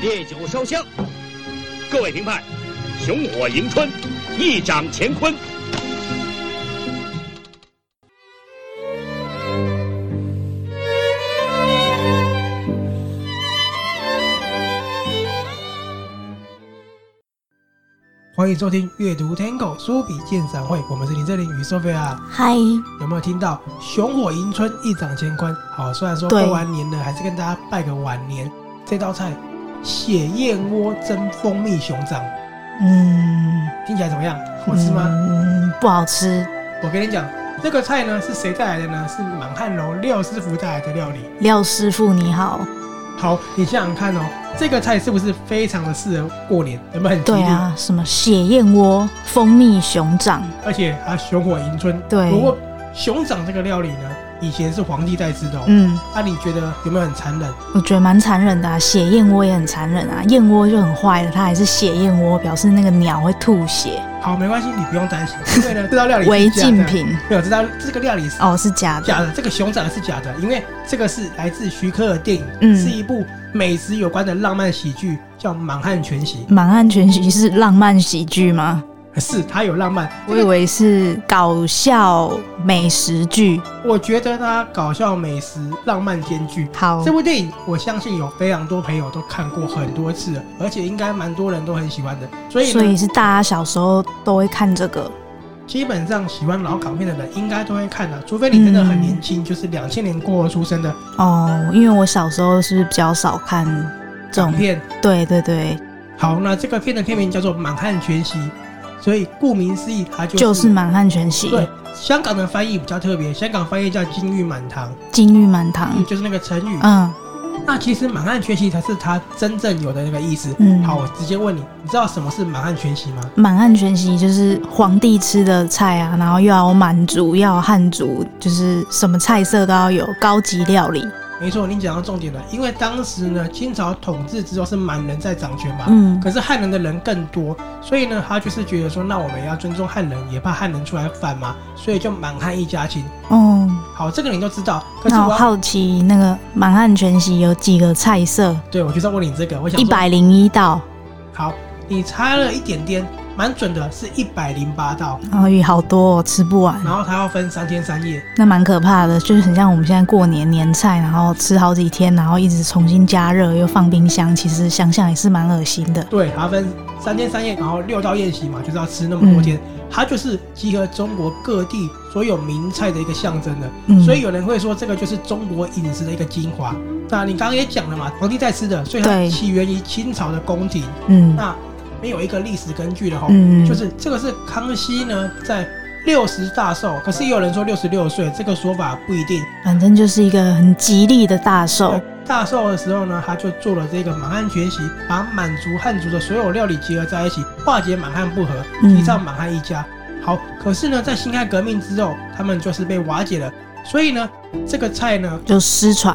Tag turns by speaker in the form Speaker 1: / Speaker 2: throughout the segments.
Speaker 1: 烈酒烧香。各位评判，雄火迎春，一掌乾坤。
Speaker 2: 欢迎收听阅读 Tango 书笔鉴赏会，我们是林志玲与 Sophia。
Speaker 3: 嗨，
Speaker 2: 有没有听到“熊火迎春，一掌乾坤”？好，虽然说
Speaker 3: 对
Speaker 2: 过完年了，还是跟大家拜个晚年。这道菜，血燕窝蒸蜂蜜熊掌，
Speaker 3: 嗯，
Speaker 2: 听起来怎么样？好吃吗？
Speaker 3: 嗯，不好吃。
Speaker 2: 我跟你讲，这个菜呢是谁带来的呢？是满汉楼廖师傅带来的料理。
Speaker 3: 廖师傅你好，
Speaker 2: 好，你想想看哦，这个菜是不是非常的适合过年？有没有很吉利？
Speaker 3: 对啊，什么血燕窝、蜂蜜熊掌，
Speaker 2: 而且它熊火迎春。
Speaker 3: 对
Speaker 2: 不过熊掌这个料理呢，以前是皇帝在吃的哦。
Speaker 3: 嗯，
Speaker 2: 啊，你觉得有没有很残忍？
Speaker 3: 我觉得蛮残忍的啊。血燕窝也很残忍啊，燕窝就很坏了，它还是血燕窝，表示那个鸟会吐血，
Speaker 2: 好，没关系，你不用 担心，因为呢，这道料理是
Speaker 3: 违
Speaker 2: 假的
Speaker 3: 禁。品。
Speaker 2: 没有，这道这个料理是
Speaker 3: 哦，是假的。
Speaker 2: 假的，这个熊掌是假的，因为这个是来自徐克的电影，
Speaker 3: 嗯
Speaker 2: 是一部美食有关的浪漫喜剧，叫《满汉全席
Speaker 3: 满汉全席是浪漫喜剧吗？》。
Speaker 2: 是，它有浪漫，
Speaker 3: 嗯我以为是搞笑美食剧。
Speaker 2: 我觉得它搞笑、美食、浪漫兼具。
Speaker 3: 好
Speaker 2: 这，部电影我相信有非常多朋友都看过很多次了，而且应该蛮多人都很喜欢的。所以
Speaker 3: 所
Speaker 2: 呢，
Speaker 3: 以是大家小时候都会看这个。
Speaker 2: 基本上喜欢老港片的人应该都会看的、除非你真的很年轻，就是两千年过后出生的
Speaker 3: 哦，因为我小时候是比较少看这
Speaker 2: 港
Speaker 3: 种，
Speaker 2: 片。
Speaker 3: 对对对，
Speaker 2: 好，那这个片的片名叫做《满汉全席》，所以顾名思义，它就是、
Speaker 3: 就是《满汉全席》
Speaker 2: 对
Speaker 3: 《
Speaker 2: 香港的翻译比较特别，香港翻译叫“金玉满堂
Speaker 3: 金玉满”，堂
Speaker 2: 嗯，就是那个成语。》。
Speaker 3: 嗯
Speaker 2: 那其实“满汉全席”才是它真正有的那个意思。
Speaker 3: 嗯，
Speaker 2: 好，我直接问你，你知道什么是满汉全席吗？
Speaker 3: 满汉全席就是皇帝吃的菜啊，然后又要有满族，要有汉族，就是什么菜色都要有，高级料理。
Speaker 2: 没错，你讲到重点了，因为当时呢，清朝统治之后是满人在掌权嘛，
Speaker 3: 嗯，
Speaker 2: 可是汉人的人更多，所以呢，他就是觉得说，那我们要尊重汉人，也怕汉人出来反嘛，所以就满汉一家亲。
Speaker 3: 哦，
Speaker 2: 好，这个你都知道，可是
Speaker 3: 那
Speaker 2: 我
Speaker 3: 我
Speaker 2: 要
Speaker 3: 好奇那个满汉全席有几个菜色？
Speaker 2: 对，我就是要问你这个，我想
Speaker 3: 一
Speaker 2: 说
Speaker 3: 百零一道，
Speaker 2: 好，你差了一点点，蛮准的，是一百零八道。
Speaker 3: 然后有好多、哦、吃不完，
Speaker 2: 然后它要分三天三夜，
Speaker 3: 那蛮可怕的，就是很像我们现在过年年菜，然后吃好几天，然后一直重新加热又放冰箱，其实想想也是蛮恶心的。
Speaker 2: 对，它分三天三夜，然后六道宴席嘛，就是要吃那么多天，
Speaker 3: 嗯
Speaker 2: 它就是集合中国各地所有名菜的一个象征的。
Speaker 3: 嗯，
Speaker 2: 所以有人会说，这个就是中国饮食的一个精华。那你刚刚也讲了嘛，皇帝在吃的，所以它
Speaker 3: 对
Speaker 2: 起源于清朝的宫廷，
Speaker 3: 嗯
Speaker 2: 那没有一个历史根据的哈。
Speaker 3: 嗯，
Speaker 2: 就是这个是康熙呢在六十大寿，可是也有人说六十六岁，这个说法不一定。
Speaker 3: 反正就是一个很吉利的大寿
Speaker 2: 对。大寿的时候呢，他就做了这个满汉全席，把满族、汉族的所有料理结合在一起，化解满汉不和，
Speaker 3: 嗯
Speaker 2: 提倡满汉一家。好，可是呢，在辛亥革命之后，他们就是被瓦解了，所以呢，这个菜呢，
Speaker 3: 就失传，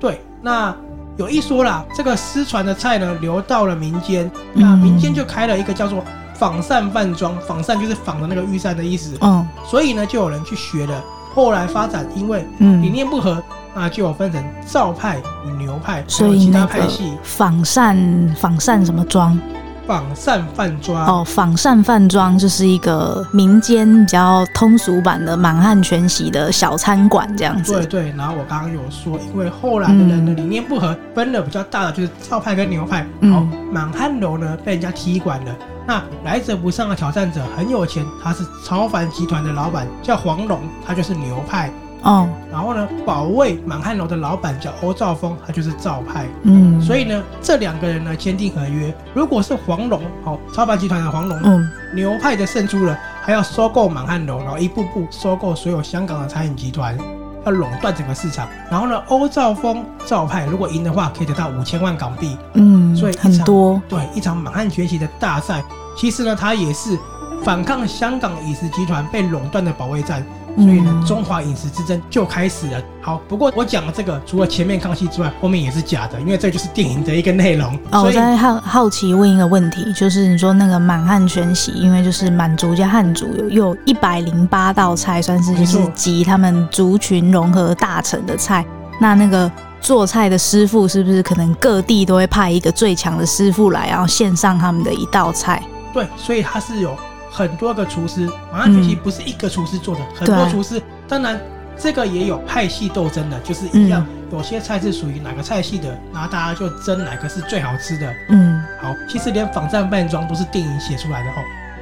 Speaker 2: 对，那有一说啦，这个失传的菜呢，流到了民间，
Speaker 3: 嗯
Speaker 2: 那民间就开了一个叫做仿膳饭庄，仿膳就是仿的那个御膳的意思，
Speaker 3: 嗯
Speaker 2: 所以呢，就有人去学了，后来发展，因为理
Speaker 3: 嗯，
Speaker 2: 念不合，那就有分成赵派与牛派，还
Speaker 3: 所
Speaker 2: 有
Speaker 3: 以
Speaker 2: 其他
Speaker 3: 那
Speaker 2: 派
Speaker 3: 个
Speaker 2: 系。
Speaker 3: 仿膳仿膳什么庄
Speaker 2: 仿膳饭庄，
Speaker 3: 哦，仿膳饭庄就是一个民间比较通俗版的满汉全席的小餐馆这样
Speaker 2: 对
Speaker 3: 子。
Speaker 2: 对。然后我刚刚有说，因为后来的人的
Speaker 3: 嗯
Speaker 2: 理念不合，分的比较大的就是赵派跟牛派。
Speaker 3: 嗯
Speaker 2: 好，满汉楼呢被人家踢馆了。那来者不善的挑战者很有钱，他是超凡集团的老板，叫黄龙，他就是牛派。
Speaker 3: 哦，
Speaker 2: 然后呢，保卫满汉楼的老板叫欧兆峰，他就是赵派。
Speaker 3: 嗯，
Speaker 2: 所
Speaker 3: 以
Speaker 2: 以呢，这两个人呢签订合约，如果是黄龙，好、超凡集团的黄龙，
Speaker 3: 嗯
Speaker 2: 牛派的胜出了，还要收购满汉楼，然后一步步收购所有香港的餐饮集团，要垄断整个市场。然后呢，欧兆峰赵派如果赢的话，可以得到五千万港币。
Speaker 3: 嗯，
Speaker 2: 所以一
Speaker 3: 很
Speaker 2: 场
Speaker 3: 多
Speaker 2: 对，一场满汉全席的大赛，其实呢，它也是反抗香港饮食集团被垄断的保卫战。所以呢
Speaker 3: 嗯，
Speaker 2: 中华饮食之争就开始了。好，不过我讲的这个，除了前面康熙之外，后面也是假的，因为这就是电影的一个内容。
Speaker 3: 哦，
Speaker 2: 所
Speaker 3: 我
Speaker 2: 以
Speaker 3: 在好好奇问一个问题，就是你说那个满汉全席，因为就是满族加汉族有有一百零八道菜，算是就
Speaker 2: 没
Speaker 3: 是
Speaker 2: 错
Speaker 3: 集他们族群融合大成的菜。那那个做菜的师傅是不是可能各地都会派一个最强的师傅来，然后献上他们的一道菜？
Speaker 2: 对，所以它是有很多个厨师，马汉全席不是一个厨师做的，很多
Speaker 3: 嗯对
Speaker 2: 厨师。当然，这个也有派系斗争的，就是一样，
Speaker 3: 嗯
Speaker 2: 有些菜是属于哪个菜系的，然后大家就争哪个是最好吃的。
Speaker 3: 嗯，
Speaker 2: 好，其实连仿战扮装都是电影写出来的哦，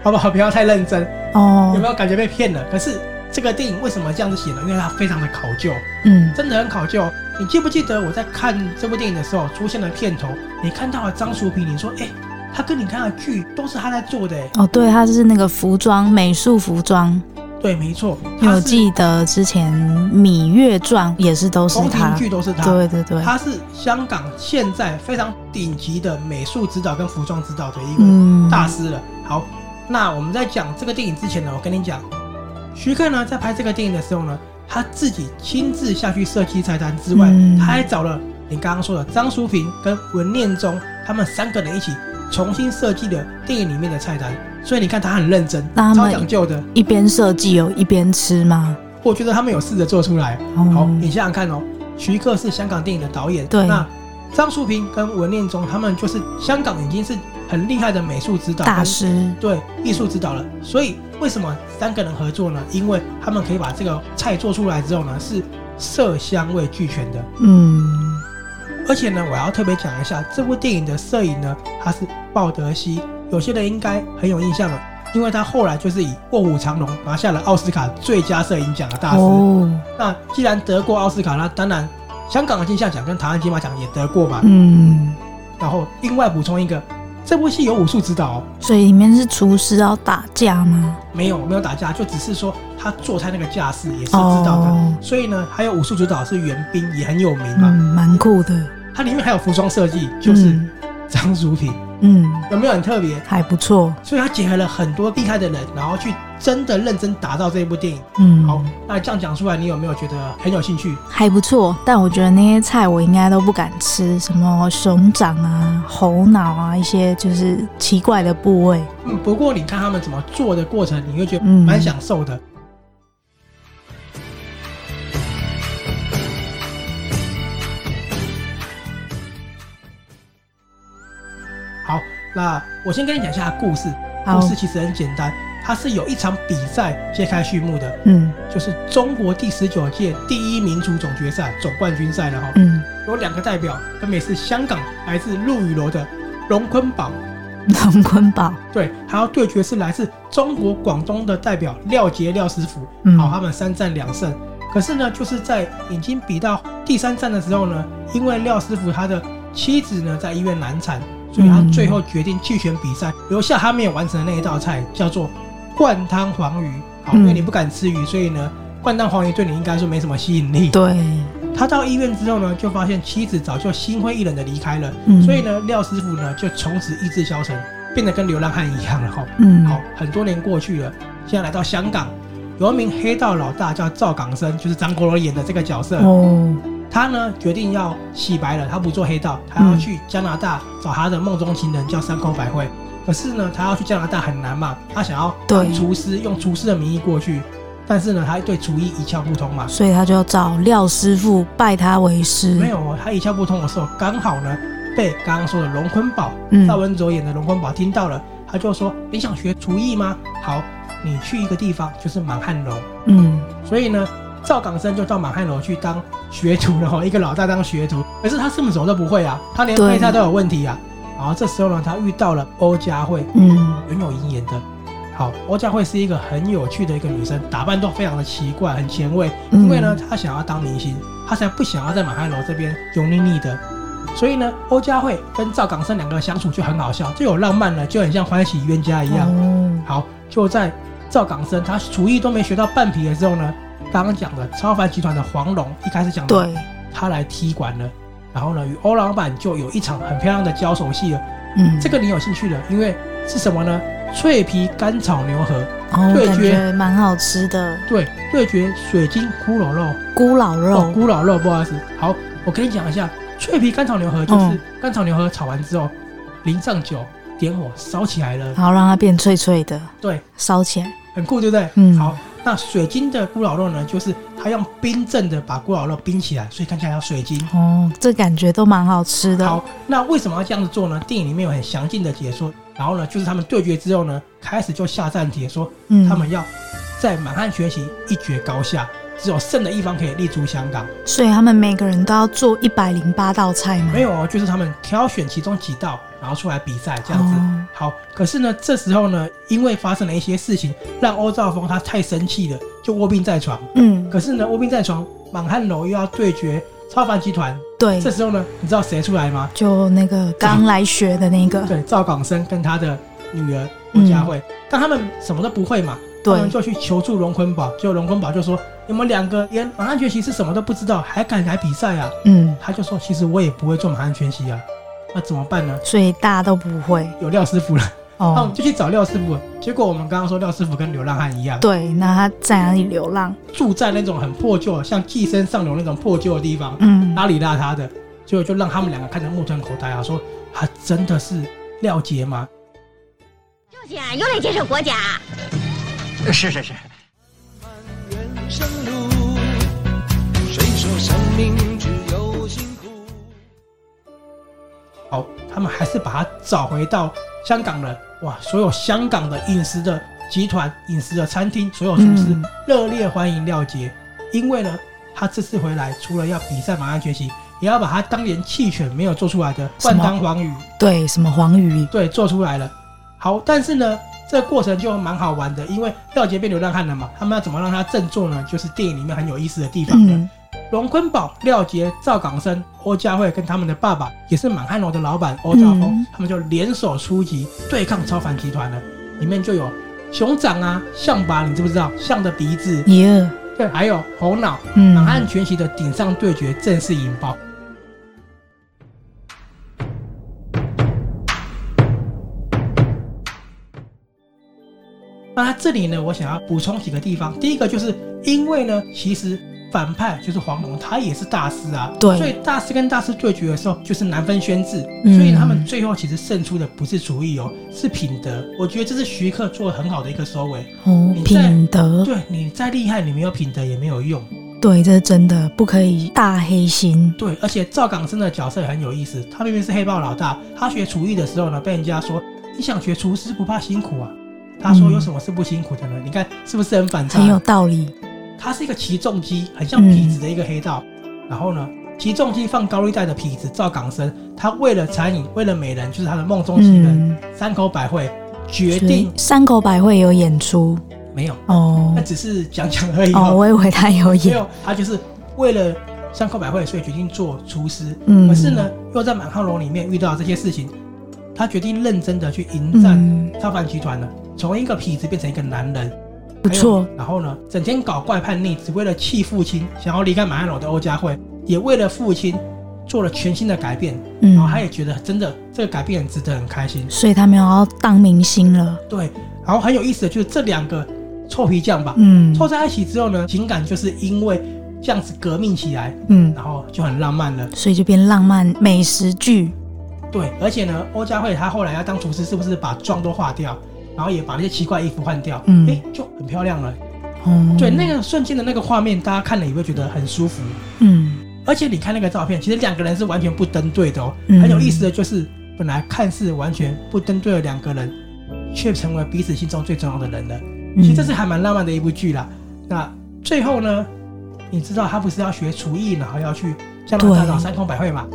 Speaker 2: 好不好？不要太认真，有
Speaker 3: 哦
Speaker 2: 没，有感觉被骗了？可是这个电影为什么这样子写呢？因为它非常的考究，
Speaker 3: 嗯，
Speaker 2: 真的很考究。你记不记得我在看这部电影的时候出现了片头，你看到了张淑平，你说，哎、他跟你看的剧都是他在做的、哎，
Speaker 3: 哦，对，它是那个服装美术服装，
Speaker 2: 对，没错，
Speaker 3: 因为我
Speaker 2: 他是
Speaker 3: 记得之前《芈月传》也是都是
Speaker 2: 宫廷
Speaker 3: 他，
Speaker 2: 剧都是他，
Speaker 3: 对对对，
Speaker 2: 他是香港现在非常顶级的美术指导跟服装指导的一个
Speaker 3: 嗯，
Speaker 2: 大师了。好，那我们在讲这个电影之前呢，我跟你讲，徐克呢在拍这个电影的时候呢，他自己亲自下去设计菜单之外，
Speaker 3: 嗯
Speaker 2: 他还找了你刚刚说的张淑平跟文念中他们三个人一起重新设计了电影里面的菜单。所以你看他很认真，
Speaker 3: 那他
Speaker 2: 超
Speaker 3: 们
Speaker 2: 讲究的。
Speaker 3: 一边设计有一边吃吗？
Speaker 2: 我觉得他们有试着做出来。
Speaker 3: 哦
Speaker 2: 好，你想想看哦，徐克是香港电影的导演，
Speaker 3: 对
Speaker 2: 那张淑平跟文念中他们就是香港已经是很厉害的美术指导
Speaker 3: 大
Speaker 2: 跟
Speaker 3: 师，
Speaker 2: 对艺术指导了。所以为什么三个人合作呢？因为他们可以把这个菜做出来之后呢，是色香味俱全的。
Speaker 3: 嗯，
Speaker 2: 而且呢，我要特别讲一下这部电影的摄影呢，它是鲍德西，有些人应该很有印象了。因为他后来就是以《卧虎藏龙》拿下了奥斯卡最佳摄影奖的大师，
Speaker 3: 哦，
Speaker 2: 那既然得过奥斯卡，那当然香港的金像奖跟台湾金马奖也得过嘛。
Speaker 3: 嗯，
Speaker 2: 然后另外补充一个，这部戏有武术指导、哦，
Speaker 3: 所以里面是厨师要打架吗？
Speaker 2: 没有没有打架，就只是说他坐在那个架势也是指导的。
Speaker 3: 哦
Speaker 2: 所以呢，还有武术指导是袁冰，也很有名
Speaker 3: 嗯，
Speaker 2: 嘛。
Speaker 3: 蛮酷的，
Speaker 2: 它里面还有服装设计，就是
Speaker 3: 嗯
Speaker 2: 张淑平，
Speaker 3: 嗯，
Speaker 2: 有没有很特别？
Speaker 3: 还不错，
Speaker 2: 所以他结合了很多厉害的人，然后去真的认真打造这部电影。
Speaker 3: 嗯，
Speaker 2: 好，那这样讲出来，你有没有觉得很有兴趣？
Speaker 3: 还不错，但我觉得那些菜我应该都不敢吃，什么熊掌啊、猴脑啊，一些就是奇怪的部位。
Speaker 2: 嗯，不过你看他们怎么做的过程，你会觉得
Speaker 3: 嗯
Speaker 2: 蛮享受的。好，那我先跟你讲一下故事。
Speaker 3: 好
Speaker 2: 故事其实很简单，它是有一场比赛揭开序幕的，
Speaker 3: 嗯
Speaker 2: 就是中国第十九届第一民族总决赛总冠军赛了哈、
Speaker 3: 嗯，
Speaker 2: 有两个代表，分别是香港来自陆羽楼的龙坤宝
Speaker 3: 龙坤宝，
Speaker 2: 对，还要对决是来自中国广东的代表廖杰廖师傅，
Speaker 3: 嗯
Speaker 2: 好，他们三战两胜。可是呢，就是在已经比到第三战的时候呢，因为廖师傅他的妻子呢在医院难产，所以他最后决定弃权比赛，留下他没有完成的那一道菜叫做灌汤黄鱼。好，因为
Speaker 3: 嗯
Speaker 2: 你不敢吃鱼，所以呢，灌汤黄鱼对你应该说没什么吸引力。
Speaker 3: 对，
Speaker 2: 他到医院之后呢，就发现妻子早就心灰意冷的离开了，
Speaker 3: 嗯
Speaker 2: 所以呢，廖师傅呢就从此意志消沉，变得跟流浪汉一样了哈。
Speaker 3: 嗯，
Speaker 2: 好，很多年过去了，现在来到香港，有一名黑道老大叫赵港生，就是张国荣演的这个角色，
Speaker 3: 哦，
Speaker 2: 他呢决定要洗白了，他不做黑道，他要去加拿大找他的梦中情人叫山口百惠。可是呢，他要去加拿大很难嘛，他想要当
Speaker 3: 对
Speaker 2: 厨师，用厨师的名义过去，但是呢，他对厨艺一窍不通嘛，
Speaker 3: 所以他就找廖师傅拜他为师。
Speaker 2: 没有，哦，他一窍不通的时候，刚好呢被刚刚说的龙坤宝，
Speaker 3: 嗯
Speaker 2: 赵文卓演的龙坤宝听到了，他就说：“你想学厨艺吗？好，你去一个地方，就是满汉楼。
Speaker 3: 嗯，”
Speaker 2: 所以呢，赵港生就到满汉楼去当学徒了哦，一个老大当学徒。可是他什么什么都不会啊，他连
Speaker 3: 对
Speaker 2: 配菜都有问题啊。然后这时候呢，他遇到了欧佳慧，
Speaker 3: 嗯
Speaker 2: 袁咏仪演的。好，欧佳慧是一个很有趣的一个女生，打扮都非常的奇怪，很前卫。
Speaker 3: 嗯
Speaker 2: 因为呢，她想要当明星，她才不想要在马汉楼这边油腻腻的。所以呢，欧佳慧跟赵港生两个相处就很好笑，就有浪漫了，就很像欢喜冤家一样。
Speaker 3: 哦，
Speaker 2: 好，就在赵港生他厨艺都没学到半皮的时候呢，刚刚讲的超凡集团的黄龙一开始讲的，
Speaker 3: 对，
Speaker 2: 他来踢馆了。然后呢，与欧老板就有一场很漂亮的交手戏了。
Speaker 3: 嗯，
Speaker 2: 这个你有兴趣的，因为是什么呢？脆皮干炒牛河，
Speaker 3: 哦，
Speaker 2: 对
Speaker 3: 感
Speaker 2: 决
Speaker 3: 觉蛮好吃的，
Speaker 2: 对，对决水晶骷髅肉，
Speaker 3: 咕老
Speaker 2: 哦，
Speaker 3: 肉，
Speaker 2: 咕老肉，不好意思。好，我跟你讲一下，脆皮干炒牛河就是
Speaker 3: 嗯
Speaker 2: 干炒牛河炒完之后，淋上酒，点火烧起来了，
Speaker 3: 然后让它变脆脆的，
Speaker 2: 对，
Speaker 3: 烧起来。
Speaker 2: 很酷，对不对？
Speaker 3: 嗯
Speaker 2: 好，那水晶的咕老肉呢，就是他用冰镇的把咕老肉冰起来，所以看起来要水晶。
Speaker 3: 哦，这感觉都蛮好吃的。
Speaker 2: 好，那为什么要这样子做呢？电影里面有很详尽的解说，然后呢，就是他们对决之后呢，开始就下战帖说，
Speaker 3: 嗯，
Speaker 2: 他们要在满汉学习一决高下，只有胜的一方可以立足香港。
Speaker 3: 所以他们每个人都要做一百零八道菜吗？
Speaker 2: 没有哦，就是他们挑选其中几道，然后出来比赛这样子。
Speaker 3: 哦
Speaker 2: 好，可是呢，这时候呢，因为发生了一些事情，让欧兆峰他太生气了，就卧病在床。
Speaker 3: 嗯，
Speaker 2: 可是呢，卧病在床，满汉楼又要对决超凡集团。
Speaker 3: 对，
Speaker 2: 这时候呢，你知道谁出来吗？
Speaker 3: 就那个刚来学的那个，
Speaker 2: 对，赵港生跟他的女儿郭佳慧，
Speaker 3: 嗯
Speaker 2: 但他们什么都不会嘛，他们
Speaker 3: 对，
Speaker 2: 嗯就去求助龙坤宝，就龙坤宝就说：“你们两个连满汉全席是什么都不知道，还敢来比赛啊
Speaker 3: 嗯？”，
Speaker 2: 他就说：“其实我也不会做满汉全席啊，那怎么办呢？
Speaker 3: 所以大家都不会
Speaker 2: 有廖师傅了，那我
Speaker 3: 哦
Speaker 2: 们。就去找廖师傅了。结果我们刚刚说廖师傅跟流浪汉一样，
Speaker 3: 对，那他在哪里流浪？
Speaker 2: 住在那种很破旧，像寄生上流那种破旧的地方，
Speaker 3: 嗯，
Speaker 2: 邋里邋遢的。结果就让他们两个看得目瞪口呆啊，说：“他真的是廖杰吗？”
Speaker 4: 舅姐又来接受国奖。
Speaker 5: 是是是，
Speaker 6: 人生路，谁说生命只有辛苦？
Speaker 2: 好，他们还是把他找回到香港人。哇，所有香港的饮食的集团、饮食的餐厅，所有厨师
Speaker 3: 嗯
Speaker 2: 热烈欢迎廖杰，因为呢，他这次回来除了要比赛马鞍学习，也要把他当年弃犬没有做出来的
Speaker 3: 什
Speaker 2: 万
Speaker 3: 么
Speaker 2: 当黄鱼
Speaker 3: 对，什么黄鱼？
Speaker 2: 对做出来了。好，但是呢，这个过程就蛮好玩的，因为廖杰变流浪汉了嘛，他们要怎么让他振作呢？就是电影里面很有意思的地方了。
Speaker 3: 嗯，
Speaker 2: 龙坤宝、廖杰、赵港生、欧家慧跟他们的爸爸，也是满汉楼的老板欧兆峰，
Speaker 3: 嗯
Speaker 2: 他们就联手出击对抗超凡集团了。里面就有熊掌啊、象拔，你知不知道？象的鼻子，
Speaker 3: 耶，
Speaker 2: 对，还有猴脑。
Speaker 3: 嗯，
Speaker 2: 满汉全席的顶上对决正式引爆。那这里呢，我想要补充几个地方。第一个就是因为呢，其实反派就是黄蓉，他也是大师啊，
Speaker 3: 对
Speaker 2: 所以大师跟大师对决的时候就是难分轩轾，
Speaker 3: 嗯
Speaker 2: 所以他们最后其实胜出的不是厨艺哦，是品德。我觉得这是徐克做的很好的一个收尾。
Speaker 3: 哦
Speaker 2: 你，在
Speaker 3: 品德，
Speaker 2: 对你再厉害，你没有品德也没有用。
Speaker 3: 对，这是真的，不可以大黑心。
Speaker 2: 对，而且赵港生的角色也很有意思，他明明是黑豹老大，他学厨艺的时候呢，被人家说你想学厨师不怕辛苦啊？他说
Speaker 3: 嗯
Speaker 2: 有什么是不辛苦的呢？你看是不是很反差？
Speaker 3: 很有道理，
Speaker 2: 他是一个起重机，很像痞子的一个黑道。
Speaker 3: 嗯
Speaker 2: 然后呢，起重机放高利贷的痞子赵港生，他为了餐饮，为了美人，就是他的梦中情人、
Speaker 3: 嗯，
Speaker 2: 山口百惠，决
Speaker 3: 所以
Speaker 2: 定
Speaker 3: 山口百惠有演出
Speaker 2: 没有，
Speaker 3: 哦
Speaker 2: 那只是讲讲而已、
Speaker 3: 哦，我以为她有
Speaker 2: 没
Speaker 3: 演，
Speaker 2: 有，他就是为了山口百惠，所以决定做厨师。
Speaker 3: 嗯
Speaker 2: 可是呢，又在满汉楼里面遇到这些事情，他决定认真的去迎战
Speaker 3: 嗯，
Speaker 2: 超凡集团了，从一个痞子变成一个男人，
Speaker 3: 不错
Speaker 2: 还有然后呢，整天搞怪叛逆，只为了气父亲，想要离开满汉楼的欧家慧，也为了父亲做了全新的改变。
Speaker 3: 嗯
Speaker 2: 然后，他也觉得真的这个改变值得很开心。
Speaker 3: 所以她没有要当明星了，
Speaker 2: 对，然后很有意思的就是这两个臭皮匠吧，
Speaker 3: 嗯
Speaker 2: 凑在一起之后呢，情感就是因为这样子革命起来，
Speaker 3: 嗯，
Speaker 2: 然后就很浪漫了。
Speaker 3: 所以就变浪漫美食剧，
Speaker 2: 对，而且呢，欧佳慧她后来要当厨师，是不是把妆都化掉，然后也把那些奇怪衣服换掉？
Speaker 3: 嗯
Speaker 2: 诶就很漂亮了。
Speaker 3: 哦，
Speaker 2: 对，那个瞬间的那个画面，大家看了也会觉得很舒服。
Speaker 3: 嗯，
Speaker 2: 而且你看那个照片，其实两个人是完全不登对的哦。
Speaker 3: 嗯
Speaker 2: 很有意思的就是，本来看似完全不登对的两个人，却成为彼此心中最重要的人了。
Speaker 3: 嗯
Speaker 2: 其实这是还蛮浪漫的一部剧啦。那最后呢，你知道他不是要学厨艺，然后要去加拿大
Speaker 3: 对
Speaker 2: 找三空百惠嘛？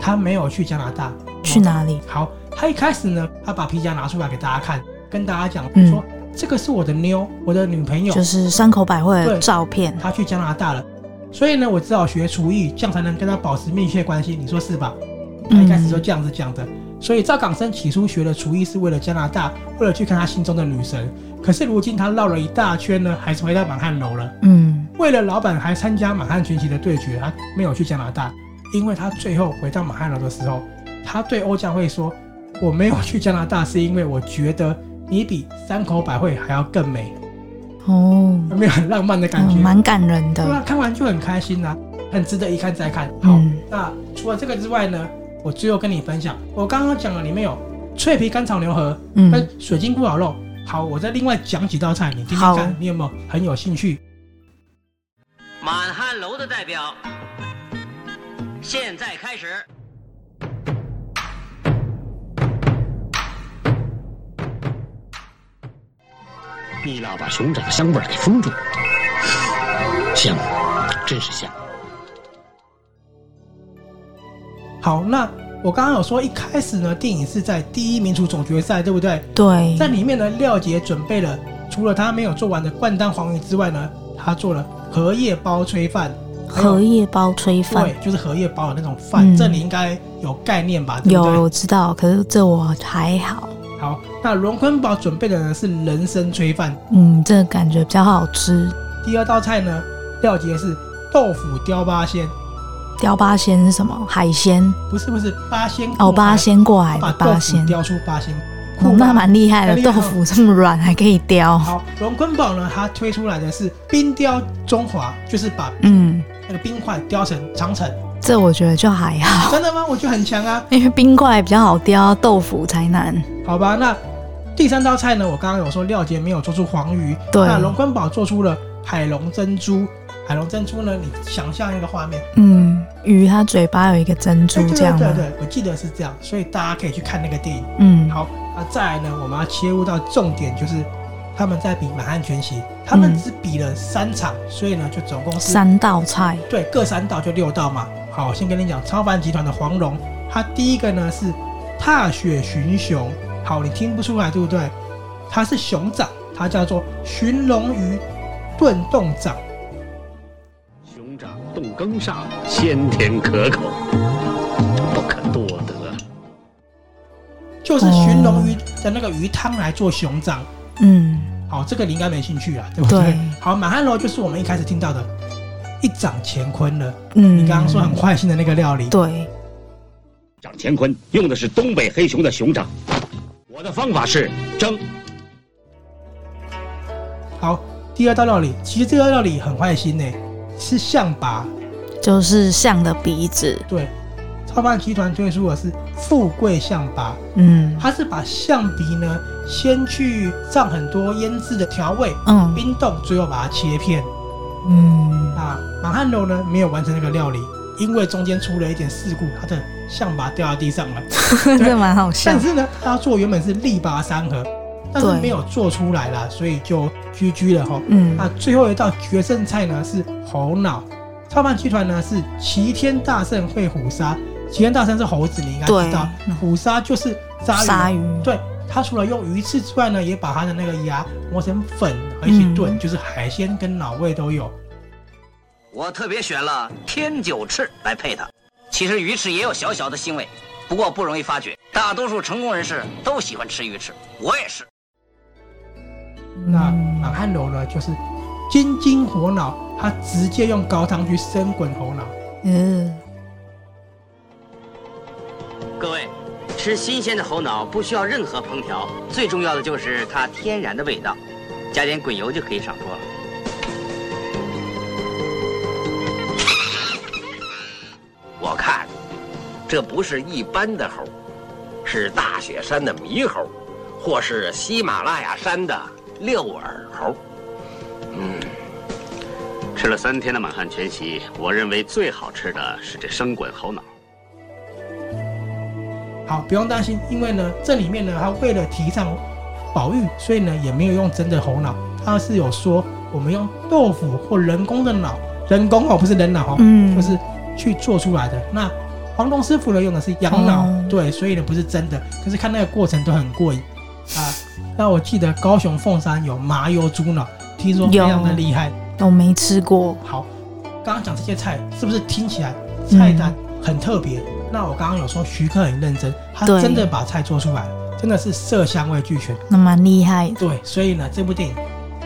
Speaker 2: 他没有去加拿大，哦
Speaker 3: 去哪里？
Speaker 2: 好，他一开始呢，他把皮夹拿出来给大家看，跟大家讲、
Speaker 3: 嗯
Speaker 2: 说这个是我的妞，我的女朋友，
Speaker 3: 就是山口百惠
Speaker 2: 对
Speaker 3: 的照片，
Speaker 2: 她去加拿大了，所以呢，我只好学厨艺，这样才能跟她保持密切关系，你说是吧？他一开始就这样子讲的。所以赵港生起初学的厨艺是为了加拿大，为了去看他心中的女神。可是如今他绕了一大圈呢，还是回到满汉楼了。
Speaker 3: 嗯，
Speaker 2: 为了老板还参加满汉全席的对决，他没有去加拿大，因为他最后回到满汉楼的时候，他对欧将会说：“我没有去加拿大，是因为我觉得你比山口百惠还要更美。
Speaker 3: 哦”，
Speaker 2: 有没有很浪漫的感
Speaker 3: 嗯
Speaker 2: 觉？
Speaker 3: 蛮感人
Speaker 2: 对
Speaker 3: 的，
Speaker 2: 啊，看完就很开心啦、很值得一看再看。好，
Speaker 3: 嗯
Speaker 2: 那除了这个之外呢，我最后跟你分享，我刚刚讲了里面有脆皮干炒牛河跟
Speaker 3: 嗯，
Speaker 2: 水晶咕老肉。好，我再另外讲几道菜，你听听
Speaker 3: 好
Speaker 2: 看，你有没有很有兴趣？
Speaker 7: 满汉楼的代表，现在开始。
Speaker 1: 蜜蜡把熊掌的香味儿给封住了，香，真是香。
Speaker 2: 好，那我刚刚有说一开始呢，电影是在第一民族总决赛，对不对？
Speaker 3: 对，
Speaker 2: 在里面呢，廖杰准备了除了他没有做完的灌蛋黄鱼之外呢，他做了荷叶包炊饭。还有
Speaker 3: 荷叶包炊饭
Speaker 2: 对，就是荷叶包的那种饭，
Speaker 3: 嗯
Speaker 2: 这你应该有概念吧？对不对
Speaker 3: 有我知道，可是这我还好，
Speaker 2: 好，那龙坤宝准备的呢是人参炊饭，
Speaker 3: 嗯，这感觉比较好吃。
Speaker 2: 第二道菜呢，廖杰是豆腐雕八仙，
Speaker 3: 雕八仙是什么？海鲜
Speaker 2: 不是不是八仙
Speaker 3: 哦，八仙过海
Speaker 2: 把
Speaker 3: 的
Speaker 2: 豆
Speaker 3: 八
Speaker 2: 腐
Speaker 3: 仙，
Speaker 2: 雕出八仙，
Speaker 3: 哦那蛮厉害的，
Speaker 2: 很厉害
Speaker 3: 豆
Speaker 2: 哦
Speaker 3: 腐这么软还可以雕，
Speaker 2: 好，龙坤宝呢，它推出来的是冰雕中华，就是把
Speaker 3: 嗯，
Speaker 2: 那个冰块雕成长城。
Speaker 3: 这我觉得就还好，
Speaker 2: 真的吗？我觉得很强啊。
Speaker 3: 因为冰块比较好雕，豆腐才难。
Speaker 2: 好吧，那第三道菜呢？我刚刚有说廖杰没有做出黄鱼，
Speaker 3: 对
Speaker 2: 那龙坤宝做出了海龙珍珠。海龙珍珠呢？你想象一个画面，
Speaker 3: 嗯，鱼它嘴巴有一个珍珠
Speaker 2: 对哎对
Speaker 3: 这样
Speaker 2: 对
Speaker 3: 吗？
Speaker 2: 对，对我记得是这样，所以大家可以去看那个电影。
Speaker 3: 嗯，
Speaker 2: 好，那再来呢，我们要切入到重点，就是他们在比满汉全席，他们
Speaker 3: 嗯
Speaker 2: 只比了三场，所以呢，就总共是
Speaker 3: 三道菜，
Speaker 2: 对，各三道就六道嘛。好，先跟你讲，超凡集团的黄蓉，他第一个呢是踏雪寻熊。好，你听不出来对不对？它是熊掌，它叫做寻龙鱼炖冻掌。
Speaker 1: 熊掌冻羹上，鲜甜可口，不可多得。啊
Speaker 2: 就是
Speaker 3: 哦
Speaker 2: 寻龙鱼的那个鱼汤来做熊掌。
Speaker 3: 嗯，
Speaker 2: 好，哦这个你应该没兴趣啊啦，对不对？
Speaker 3: 对
Speaker 2: 好，满汉楼就是我们一开始听到的一掌乾坤了。
Speaker 3: 嗯
Speaker 2: 你刚刚说很坏心的那个料理，
Speaker 3: 对，
Speaker 1: 掌乾坤用的是东北黑熊的熊掌。我的方法是蒸，
Speaker 2: 好，第二道料理，其实这个料理很坏心呢、是象拔。
Speaker 3: 就是象的鼻子，
Speaker 2: 对，超凡集团推出的是富贵象拔，
Speaker 3: 嗯
Speaker 2: 它是把象鼻呢先去上很多腌制的调味，
Speaker 3: 嗯
Speaker 2: 冰冻，最后把它切片。
Speaker 3: 嗯，
Speaker 2: 啊，满汉楼呢没有完成那个料理，因为中间出了一点事故，它的象拔掉到地上了。
Speaker 3: 这蛮好笑
Speaker 2: 但。是呢，它要做原本是力拔三合，但是
Speaker 3: 对
Speaker 2: 没有做出来啦，所以就 GG 了哈。
Speaker 3: 嗯
Speaker 2: 那最后一道决胜菜呢是猴脑，超凡集团呢是齐天大圣会虎鲨，齐天大圣是猴子，你应该知道
Speaker 3: 对，嗯
Speaker 2: 虎鲨就是鲨鱼。
Speaker 3: 鲨鱼
Speaker 2: 对，它除了用鱼刺之外呢，也把它的那个牙磨成粉，一起炖，
Speaker 3: 嗯
Speaker 2: 就是海鲜跟脑味都有。
Speaker 7: 我特别选了天九翅来配它。其实鱼翅也有小小的腥味，不过不容易发觉。大多数成功人士都喜欢吃鱼翅，我也是。
Speaker 3: 嗯
Speaker 2: 那
Speaker 3: 啊
Speaker 2: 满汉楼呢就是金睛火脑，它直接用高汤去生滚猴脑。
Speaker 3: 嗯，
Speaker 7: 各位，吃新鲜的猴脑不需要任何烹调，最重要的就是它天然的味道，加点滚油就可以上桌了。我看，这不是一般的猴，是大雪山的猕猴，或是喜马拉雅山的六耳猴。嗯，吃了三天的满汉全席，我认为最好吃的是这生滚猴脑。
Speaker 2: 好，不用担心，因为呢，这里面呢，它为了提倡保育，所以呢，也没有用真的猴脑，它是有说我们用豆腐或人工的脑，人工哦，不是人脑哦，
Speaker 3: 嗯
Speaker 2: 就是去做出来的。那黄龙师傅呢，用的是羊脑，
Speaker 3: 哦
Speaker 2: 对，所以呢，不是真的，可是看那个过程都很过瘾啊。那我记得高雄凤山有麻油猪脑，听说非常的
Speaker 3: 有
Speaker 2: 厉害。
Speaker 3: 我没吃过，
Speaker 2: 好，刚刚讲这些菜是不是听起来菜单很特别？
Speaker 3: 嗯
Speaker 2: 那我刚刚有说徐克很认真，他
Speaker 3: 对
Speaker 2: 真的把菜做出来了，真的是色香味俱全。
Speaker 3: 那蛮厉害的。
Speaker 2: 对，所以呢，这部电影，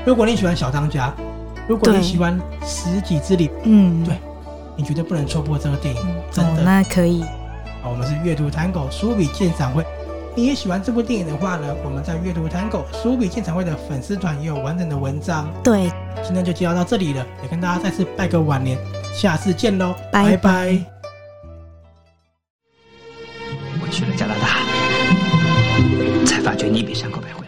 Speaker 2: 如果你喜欢小当家，如果你
Speaker 3: 对
Speaker 2: 喜欢十几之里，
Speaker 3: 嗯，
Speaker 2: 对你绝对不能错过这个电影，真
Speaker 3: 哦
Speaker 2: 的。，
Speaker 3: 那可以。
Speaker 2: 好我们是阅读 Tango 书笔鉴赏会。你也喜欢这部电影的话呢，我们在阅读 Tango 书笔鉴赏会的粉丝团也有完整的文章。
Speaker 3: 对，
Speaker 2: 今天就介绍到这里了，也跟大家再次拜个晚年，下次见喽，拜
Speaker 3: 拜
Speaker 2: 拜
Speaker 5: 我去了加拿大，才发觉你比山口百惠